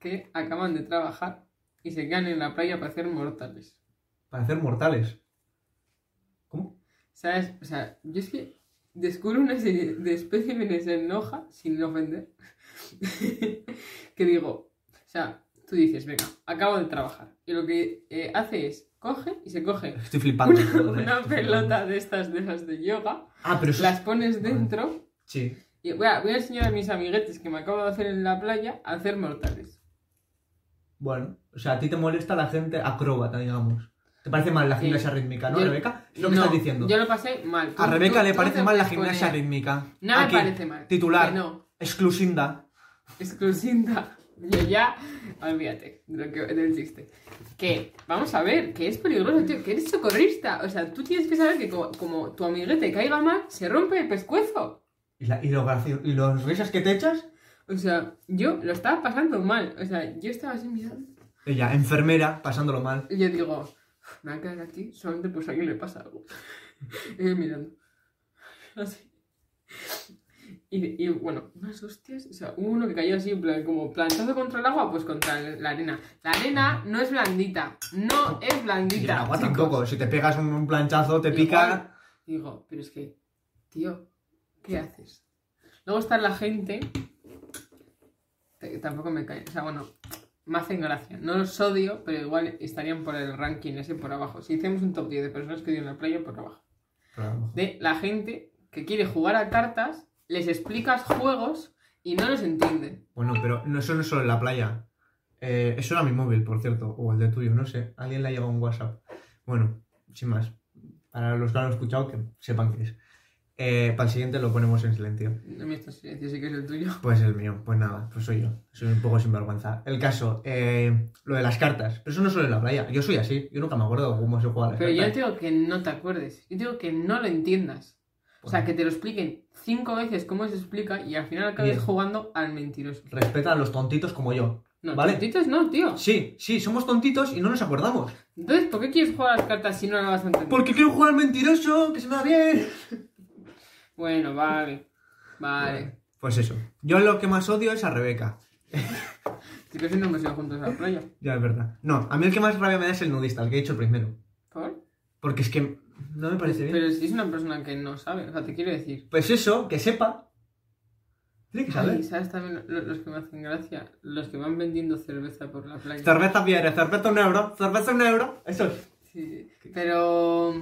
Speaker 2: que acaban de trabajar y se quedan en la playa para hacer mortales.
Speaker 1: Para hacer mortales. ¿Cómo?
Speaker 2: ¿Sabes? O sea, yo es que descubro una serie de especímenes en hoja, sin ofender, que digo, o sea, tú dices, venga, acabo de trabajar. Y lo que eh, hace es, coge y se coge
Speaker 1: Estoy flipando. joder,
Speaker 2: una
Speaker 1: estoy
Speaker 2: pelota
Speaker 1: flipando.
Speaker 2: de estas, de las de yoga,
Speaker 1: Ah, pero eso.
Speaker 2: las pones dentro
Speaker 1: Sí.
Speaker 2: Y voy a, voy a enseñar a mis amiguetes que me acabo de hacer en la playa a hacer mortales.
Speaker 1: Bueno, o sea, a ti te molesta la gente acróbata, digamos. ¿Te parece mal la
Speaker 2: Sí.
Speaker 1: gimnasia rítmica, no,
Speaker 2: Yo-
Speaker 1: Rebeca? Es lo que
Speaker 2: No,
Speaker 1: estás diciendo.
Speaker 2: Yo lo pasé mal. Tú-
Speaker 1: A Rebeca
Speaker 2: tú-
Speaker 1: le
Speaker 2: tú
Speaker 1: parece
Speaker 2: te
Speaker 1: mal la
Speaker 2: puedes
Speaker 1: gimnasia
Speaker 2: poner-
Speaker 1: rítmica.
Speaker 2: No me
Speaker 1: Aquí,
Speaker 2: parece mal.
Speaker 1: Titular.
Speaker 2: Que no.
Speaker 1: Exclusinda.
Speaker 2: Exclusinda. Yo ya. Olvídate de lo que- del chiste. Que, vamos a ver, que es peligroso, tío. Que eres socorrista. O sea, tú tienes que saber que co- como, tu amiguete caiga mal, se rompe el pescuezo.
Speaker 1: ¿Y, la- y lo gracio- y los risas que te echas?
Speaker 2: O sea, yo lo estaba pasando mal. O sea, yo estaba así mirando.
Speaker 1: Ella, enfermera, pasándolo mal.
Speaker 2: Y yo digo, "Uf, me voy a quedar aquí solamente pues a alguien le pasa algo. Y yo mirando. Así. Y, y, bueno, unas hostias. O sea, hubo uno que cayó así, en plan, como plantazo contra el agua, pues contra el- la arena. La arena no es blandita. No es
Speaker 1: Y el
Speaker 2: blandita.
Speaker 1: agua
Speaker 2: chicos.
Speaker 1: tampoco. Si te pegas un, un planchazo, te pica.
Speaker 2: Igual. Digo, pero es que, tío, ¿qué haces? Luego está la gente. que Tampoco me cae. O sea, bueno, me hacen gracia. No los odio, pero igual estarían por el ranking ese por abajo. Si hacemos un top 10 de personas que odio en la playa, por abajo.
Speaker 1: Claro.
Speaker 2: De la gente que quiere jugar a cartas, les explicas juegos y no los entienden.
Speaker 1: Bueno, pero no, eso no es solo en la playa. Eh, eso era mi móvil, por cierto, o el de tuyo, no sé. Alguien le ha llegado un WhatsApp. Bueno, sin más. Para los que lo han escuchado, que sepan qué es. Eh, para el siguiente lo ponemos en silencio.
Speaker 2: No me estás silencio, sí que es el tuyo.
Speaker 1: Pues el mío, pues nada, pues soy yo. Soy un poco sinvergüenza. El caso, eh, lo de las cartas. Pero eso no solo en la playa. Yo soy así. Yo nunca me acuerdo cómo se juega a las
Speaker 2: Pero yo no
Speaker 1: cartas.
Speaker 2: te digo que no te acuerdes. Yo te digo que no lo entiendas. O sea, que te lo expliquen cinco veces cómo se explica y al final acabes
Speaker 1: Bien.
Speaker 2: jugando al mentiroso.
Speaker 1: Respeta a los tontitos como yo.
Speaker 2: No,
Speaker 1: Vale.
Speaker 2: tontitos no, tío.
Speaker 1: Sí, sí, somos tontitos y no nos acordamos.
Speaker 2: Entonces, ¿por qué quieres jugar a las cartas si no las vas a entender?
Speaker 1: Porque quiero jugar al mentiroso, que se me da bien.
Speaker 2: Bueno, vale. Vale.
Speaker 1: Vale, Pues eso. Yo lo que más odio es a Rebeca.
Speaker 2: Chicos, si no hemos ido juntos a la playa.
Speaker 1: Ya es verdad. No, a mí el que más rabia me da es el nudista, el que he hecho primero.
Speaker 2: ¿Por?
Speaker 1: Porque es que no me parece bien.
Speaker 2: Pero si es una persona que no sabe, o sea, te quiero decir.
Speaker 1: Pues eso, que sepa. Tiene que
Speaker 2: Ay,
Speaker 1: saber.
Speaker 2: ¿Sabes también lo- los que me hacen gracia? Los que van vendiendo cerveza por la playa.
Speaker 1: Cerveza piedra, cerveza un euro, cerveza un euro. Eso es.
Speaker 2: Sí, pero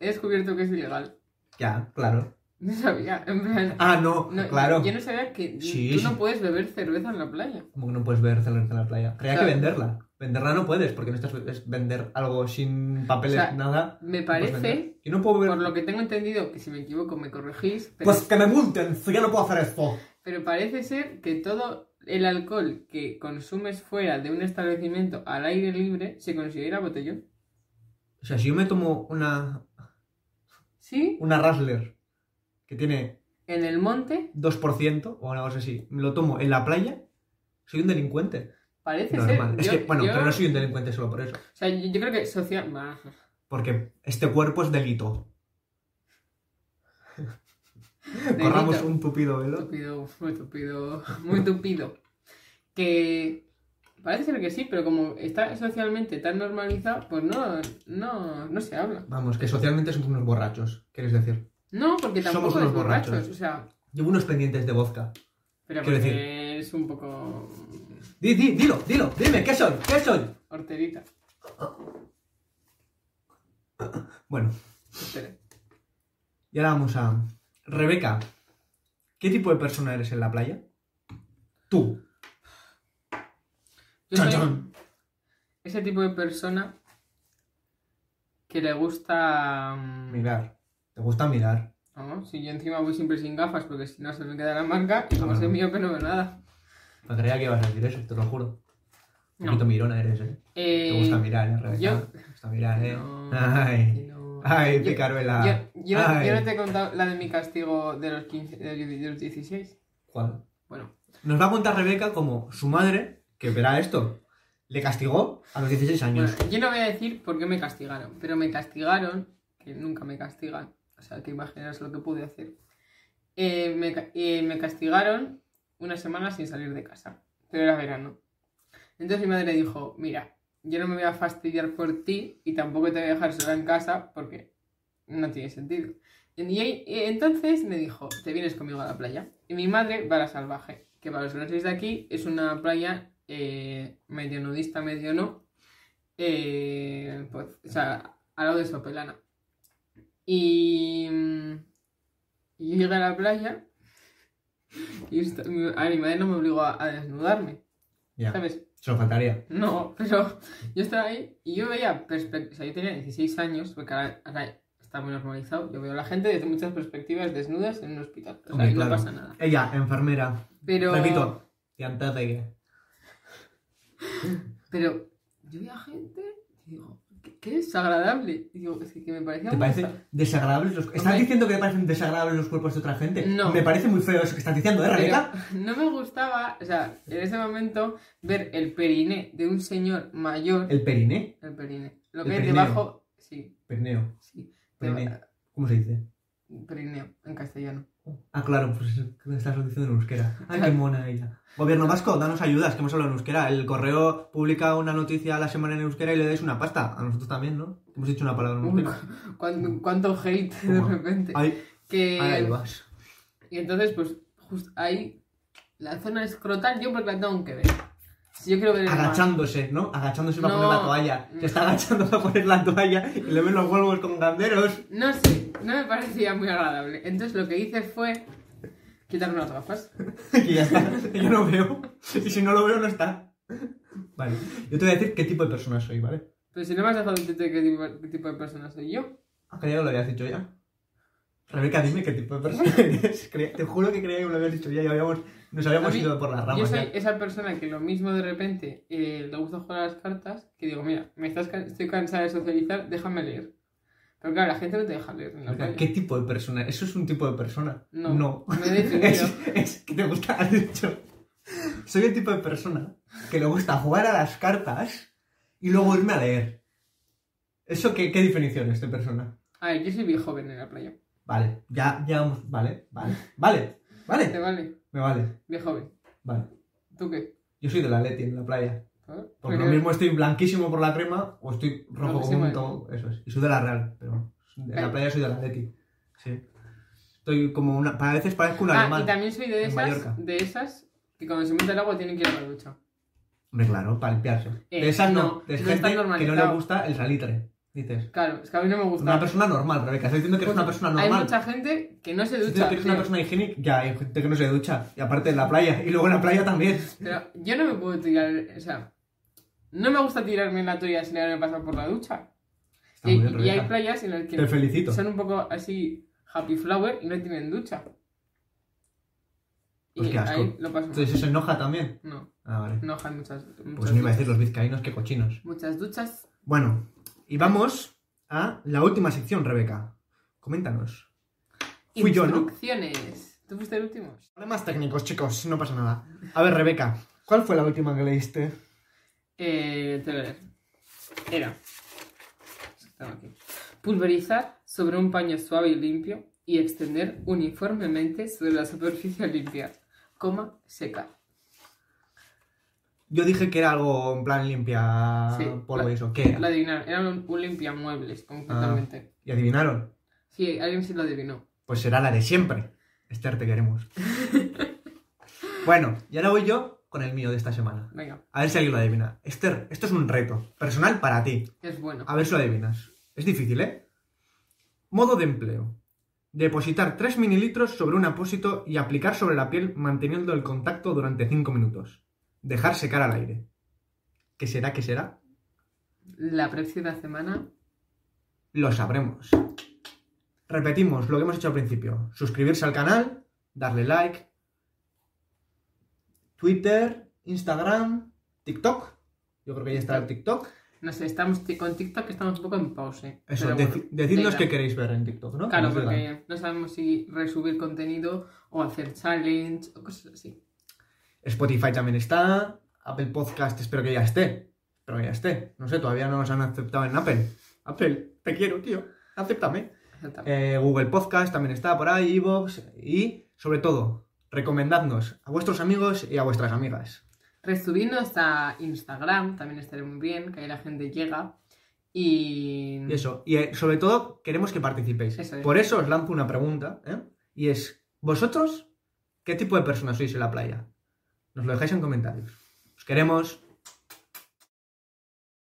Speaker 2: he descubierto que es ilegal.
Speaker 1: Ya, claro.
Speaker 2: No sabía, en plan...
Speaker 1: Ah, no,
Speaker 2: no,
Speaker 1: claro.
Speaker 2: Yo no sabía que
Speaker 1: Sí,
Speaker 2: tú
Speaker 1: sí.
Speaker 2: no puedes beber cerveza en la playa.
Speaker 1: Como que no puedes ver cerveza en la playa. Creía
Speaker 2: Claro.
Speaker 1: que venderla. Venderla no puedes, porque no estás es vender algo sin papeles,
Speaker 2: O sea,
Speaker 1: nada.
Speaker 2: Me
Speaker 1: no puedes
Speaker 2: parece,
Speaker 1: vender. Yo no puedo ver.
Speaker 2: por lo que tengo entendido, que si me equivoco me corregís, pero,
Speaker 1: Pues que me multen, si yo no puedo hacer esto.
Speaker 2: pero parece ser que todo el alcohol que consumes fuera de un establecimiento al aire libre se considera botellón.
Speaker 1: O sea, si yo me tomo una,
Speaker 2: Sí,
Speaker 1: una Razzler que tiene
Speaker 2: en el monte
Speaker 1: 2% o algo así, me lo tomo en la playa, soy un delincuente.
Speaker 2: parece ser...
Speaker 1: Normal. es
Speaker 2: yo-
Speaker 1: que, bueno,
Speaker 2: yo-
Speaker 1: pero no soy un delincuente solo por eso.
Speaker 2: O sea, yo, yo creo que social... bah,
Speaker 1: Porque este cuerpo es delito. Corramos
Speaker 2: delito.
Speaker 1: un tupido velo.
Speaker 2: Tupido, muy tupido, muy tupido. Que parece ser que sí, pero como está socialmente tan normalizado, pues no, no, no se habla.
Speaker 1: Vamos, que socialmente somos unos borrachos, quieres decir.
Speaker 2: No, porque tampoco
Speaker 1: Somos unos
Speaker 2: es borrachos,
Speaker 1: borrachos.
Speaker 2: o sea,
Speaker 1: Llevo unos pendientes de vodka.
Speaker 2: pero
Speaker 1: Quiero
Speaker 2: porque
Speaker 1: decir-
Speaker 2: es un poco...
Speaker 1: Di, di- dilo, dilo, dime, ¿qué soy? ¿Qué soy?
Speaker 2: Horterita.
Speaker 1: Bueno,
Speaker 2: Hortera.
Speaker 1: y ahora vamos a. Rebeca, ¿qué tipo de persona eres en la playa? Tú.
Speaker 2: Yo
Speaker 1: Chan,
Speaker 2: soy
Speaker 1: chan.
Speaker 2: ese tipo de persona que le gusta. mm,
Speaker 1: Mirar. ¿Te gusta mirar?
Speaker 2: ¿no? Si yo encima voy siempre sin gafas porque si no se me queda la marca y como
Speaker 1: Ah.
Speaker 2: soy miope no veo nada.
Speaker 1: No creía que ibas a decir eso, te lo juro. Un
Speaker 2: No.
Speaker 1: poquito mirona eres, ¿eh?
Speaker 2: Eh,
Speaker 1: Te gusta mirar, ¿eh, Rebeca?
Speaker 2: yo-
Speaker 1: Te gusta mirar, ¿eh?
Speaker 2: no,
Speaker 1: Ay,
Speaker 2: no.
Speaker 1: ay,
Speaker 2: Yo-
Speaker 1: picaruela.
Speaker 2: Yo, yo no, yo
Speaker 1: Ay.
Speaker 2: no te he contado la de mi castigo de los 15, de de los 16.
Speaker 1: ¿Cuál?
Speaker 2: Bueno,
Speaker 1: Nos va a contar Rebeca como su madre, que verá esto, le castigó a los 16 años.
Speaker 2: bueno, yo no voy a decir por qué me castigaron, pero me castigaron, que nunca me castigan, o sea, que imaginaros lo que pude hacer. Eh, me, ca- eh, me castigaron una semana sin salir de casa, pero era verano. Entonces mi madre dijo, mira, yo no me voy a fastidiar por ti y tampoco te voy a dejar sola en casa porque no tiene sentido. Y ahí- y entonces me dijo, te vienes conmigo a la playa. Y mi madre va a la salvaje, que para los que no sois de aquí es una playa eh, medio nudista, medio no. eh, pues, o sea, al lado de Sopelana. Y, mm, y yo llegué a la playa y esta- mi- a mi madre no me obligó a- a desnudarme,
Speaker 1: Ya,
Speaker 2: ¿sabes?
Speaker 1: se lo faltaría.
Speaker 2: No, pero yo estaba ahí y yo veía perspectivas. O sea, yo tenía 16 años, porque ahora, ahora está muy normalizado. Yo veo a la gente desde muchas perspectivas desnudas en un hospital. O sea,
Speaker 1: Hombre,
Speaker 2: y
Speaker 1: claro.
Speaker 2: no pasa nada.
Speaker 1: Ella, enfermera.
Speaker 2: Pero,
Speaker 1: Repito, y antes de que.
Speaker 2: pero yo veía gente y digo, qué, qué desagradable. Y digo, es que, que me parecía
Speaker 1: ¿Te
Speaker 2: muy
Speaker 1: parecen
Speaker 2: desa-
Speaker 1: desagradables los ¿Estás
Speaker 2: Hombre.
Speaker 1: diciendo que te parecen desagradables los cuerpos de otra gente?
Speaker 2: No.
Speaker 1: Me parece muy feo eso que estás diciendo, ¿eh, Rebeca?
Speaker 2: Pero no me gustaba, o sea, en ese momento, ver el periné de un señor mayor. El,
Speaker 1: El periné.
Speaker 2: periné. Lo
Speaker 1: el
Speaker 2: que hay
Speaker 1: perineo.
Speaker 2: debajo. Sí,
Speaker 1: Perineo.
Speaker 2: sí. eh,
Speaker 1: Periné. ¿Deba- ¿Cómo se dice?
Speaker 2: Perineo, en castellano.
Speaker 1: Ah, claro, pues es que me estás diciendo en euskera. Ay, qué mona ella. Gobierno vasco, danos ayudas, que hemos hablado en euskera. El correo publica una noticia a la semana en euskera y le dais una pasta. A nosotros también, ¿no? Hemos dicho una palabra en
Speaker 2: Uy,
Speaker 1: euskera.
Speaker 2: cuánto, cuánto hate de
Speaker 1: Toma.
Speaker 2: repente.
Speaker 1: Ay,
Speaker 2: Que-
Speaker 1: ahí vas.
Speaker 2: y entonces, pues, justo ahí, la zona escrotal, yo porque la tengo que ver. Si yo quiero ver el mar.
Speaker 1: Agachándose, ¿no? Agachándose para
Speaker 2: No. Mm.
Speaker 1: poner la toalla. Se está agachando para poner la toalla y le ven los huevos con ganderos.
Speaker 2: No sé, no me parecía muy agradable. Entonces lo que hice fue quitarme las gafas.
Speaker 1: Y ya está. Yo no veo. Y si no lo veo, no está. Vale. Yo te voy a decir qué tipo de persona soy, ¿vale?
Speaker 2: Pero si no me has dejado decirte qué tipo, qué tipo de persona soy yo.
Speaker 1: Ah, creía que lo habías dicho ya. Rebeca, dime qué tipo de persona eres. Creía- te juro que creía que lo habías dicho ya y habíamos, nos habíamos
Speaker 2: A mí-
Speaker 1: ido por las
Speaker 2: yo
Speaker 1: ramas.
Speaker 2: soy
Speaker 1: ya.
Speaker 2: esa persona que lo mismo de repente eh, le gusta jugar a las cartas, que digo, mira, me estás ca- estoy cansada de socializar, déjame leer. Pero claro, la gente no te deja leer en la
Speaker 1: Rebeca,
Speaker 2: playa.
Speaker 1: ¿Qué tipo de persona? ¿Eso es un tipo de persona?
Speaker 2: No,
Speaker 1: No.
Speaker 2: me he
Speaker 1: Es,
Speaker 2: definido.
Speaker 1: es que te gusta, has dicho. Soy el tipo de persona que le gusta jugar a las cartas y luego irme a leer. ¿Eso qué, qué definición es de persona?
Speaker 2: A ver, yo soy bien joven en la playa.
Speaker 1: Vale, ya, ya vamos. Vale, vale, vale, vale.
Speaker 2: ¿Te vale?
Speaker 1: Me vale,
Speaker 2: Bien joven.
Speaker 1: vale.
Speaker 2: ¿Tú qué?
Speaker 1: Yo soy de la Leti en la playa.
Speaker 2: ¿Ah?
Speaker 1: Porque lo
Speaker 2: Pero-
Speaker 1: mismo estoy blanquísimo por la crema o estoy rojo como un
Speaker 2: Blanquísimo.
Speaker 1: tomo. Eso es. Y soy de la Real, pero bueno, en la
Speaker 2: Vale.
Speaker 1: playa soy de la Leti. Sí. Estoy como una. A veces parezco un
Speaker 2: Ah,
Speaker 1: animal.
Speaker 2: y también soy de
Speaker 1: en Mallorca.
Speaker 2: esas, de esas que cuando se mete el agua tienen que ir a la ducha.
Speaker 1: Hombre, claro, para limpiarse.
Speaker 2: Eh,
Speaker 1: de esas no.
Speaker 2: no,
Speaker 1: De
Speaker 2: no
Speaker 1: gente
Speaker 2: está
Speaker 1: que no le
Speaker 2: normalizado.
Speaker 1: gusta el salitre. Dices.
Speaker 2: Claro, es que a mí no me
Speaker 1: Una
Speaker 2: gusta.
Speaker 1: persona normal, Rebeca. Estás diciendo que eres
Speaker 2: Pues,
Speaker 1: una persona
Speaker 2: Hay
Speaker 1: normal.
Speaker 2: mucha gente que no se
Speaker 1: Si tú
Speaker 2: ducha.
Speaker 1: eres una
Speaker 2: tío.
Speaker 1: persona higiénica, ya hay gente que no se ducha. Y aparte en la playa. Y luego en la playa también.
Speaker 2: Pero yo no me puedo tirar, o sea, no me gusta tirarme en la toalla sin haberme pasado por la ducha.
Speaker 1: Está
Speaker 2: Y,
Speaker 1: muy bien,
Speaker 2: y hay
Speaker 1: Rebeca.
Speaker 2: playas en las
Speaker 1: Te
Speaker 2: que
Speaker 1: felicito.
Speaker 2: son un poco así happy flower y no tienen ducha. Y
Speaker 1: Pues qué asco.
Speaker 2: ahí lo paso. mal.
Speaker 1: Entonces eso se enoja también.
Speaker 2: No,
Speaker 1: Ah, vale.
Speaker 2: no hay muchas, muchas
Speaker 1: Pues no iba a
Speaker 2: duchas.
Speaker 1: decir los vizcaínos que cochinos.
Speaker 2: Muchas duchas.
Speaker 1: Bueno, y vamos a la última sección, Rebeca. Coméntanos. Fui yo, ¿no?
Speaker 2: Instrucciones. ¿Tú fuiste el último?
Speaker 1: Problemas técnicos, chicos, no pasa nada. A ver, Rebeca, ¿cuál fue la última que leíste?
Speaker 2: Eh, te voy a leer. Era. Estaba aquí. Pulverizar sobre un paño suave y limpio y extender uniformemente sobre la superficie a limpiar. Coma, secar.
Speaker 1: Yo dije que era algo en plan limpia
Speaker 2: Sí,
Speaker 1: polvo
Speaker 2: la-
Speaker 1: y eso. ¿Qué era?
Speaker 2: Lo adivinaron. Era un, un limpiamuebles, concretamente.
Speaker 1: ¿Y adivinaron?
Speaker 2: Sí, alguien sí lo adivinó.
Speaker 1: Pues será la de siempre. Esther, te queremos. bueno, y ahora voy yo con el mío de esta semana.
Speaker 2: Venga,
Speaker 1: A ver si alguien lo adivina. Esther, esto es un reto personal para ti.
Speaker 2: es bueno.
Speaker 1: A ver si lo adivinas. Es difícil, ¿eh? Modo de empleo. Depositar 3 mililitros sobre un apósito y aplicar sobre la piel manteniendo el contacto durante 5 minutos. Dejar secar al aire. ¿Qué será? ¿Qué será?
Speaker 2: La próxima semana,
Speaker 1: Lo sabremos. Repetimos lo que hemos hecho al principio. Suscribirse al canal, darle like. Twitter, Instagram, TikTok. Yo creo que ya está el TikTok.
Speaker 2: no sé, estamos ti- con TikTok estamos un poco en pause.
Speaker 1: Eso,
Speaker 2: pero
Speaker 1: deci-
Speaker 2: bueno,
Speaker 1: decidnos
Speaker 2: venga.
Speaker 1: qué queréis ver en Tiktok, ¿no?
Speaker 2: Claro,
Speaker 1: Que nos digan.
Speaker 2: porque no sabemos si resubir contenido o hacer challenge o cosas así.
Speaker 1: Spotify también está. Apple Podcast, espero que ya esté. Espero que ya esté. No sé, todavía no nos han aceptado en Apple. Apple, te quiero, tío. Acéptame.
Speaker 2: Exactamente.
Speaker 1: Eh, Google Podcast también está por ahí, Evox. Y, sobre todo, recomendadnos a vuestros amigos y a vuestras amigas.
Speaker 2: Resubirnos hasta Instagram, también estaría muy bien, que ahí la gente llega. Y...
Speaker 1: Y eso. Y eh, sobre todo, queremos que participéis.
Speaker 2: Mm. Eso es.
Speaker 1: Por eso os lanzo una pregunta, ¿eh? Y es, ¿vosotros qué tipo de personas sois en la playa? Nos lo dejáis en comentarios. Os queremos.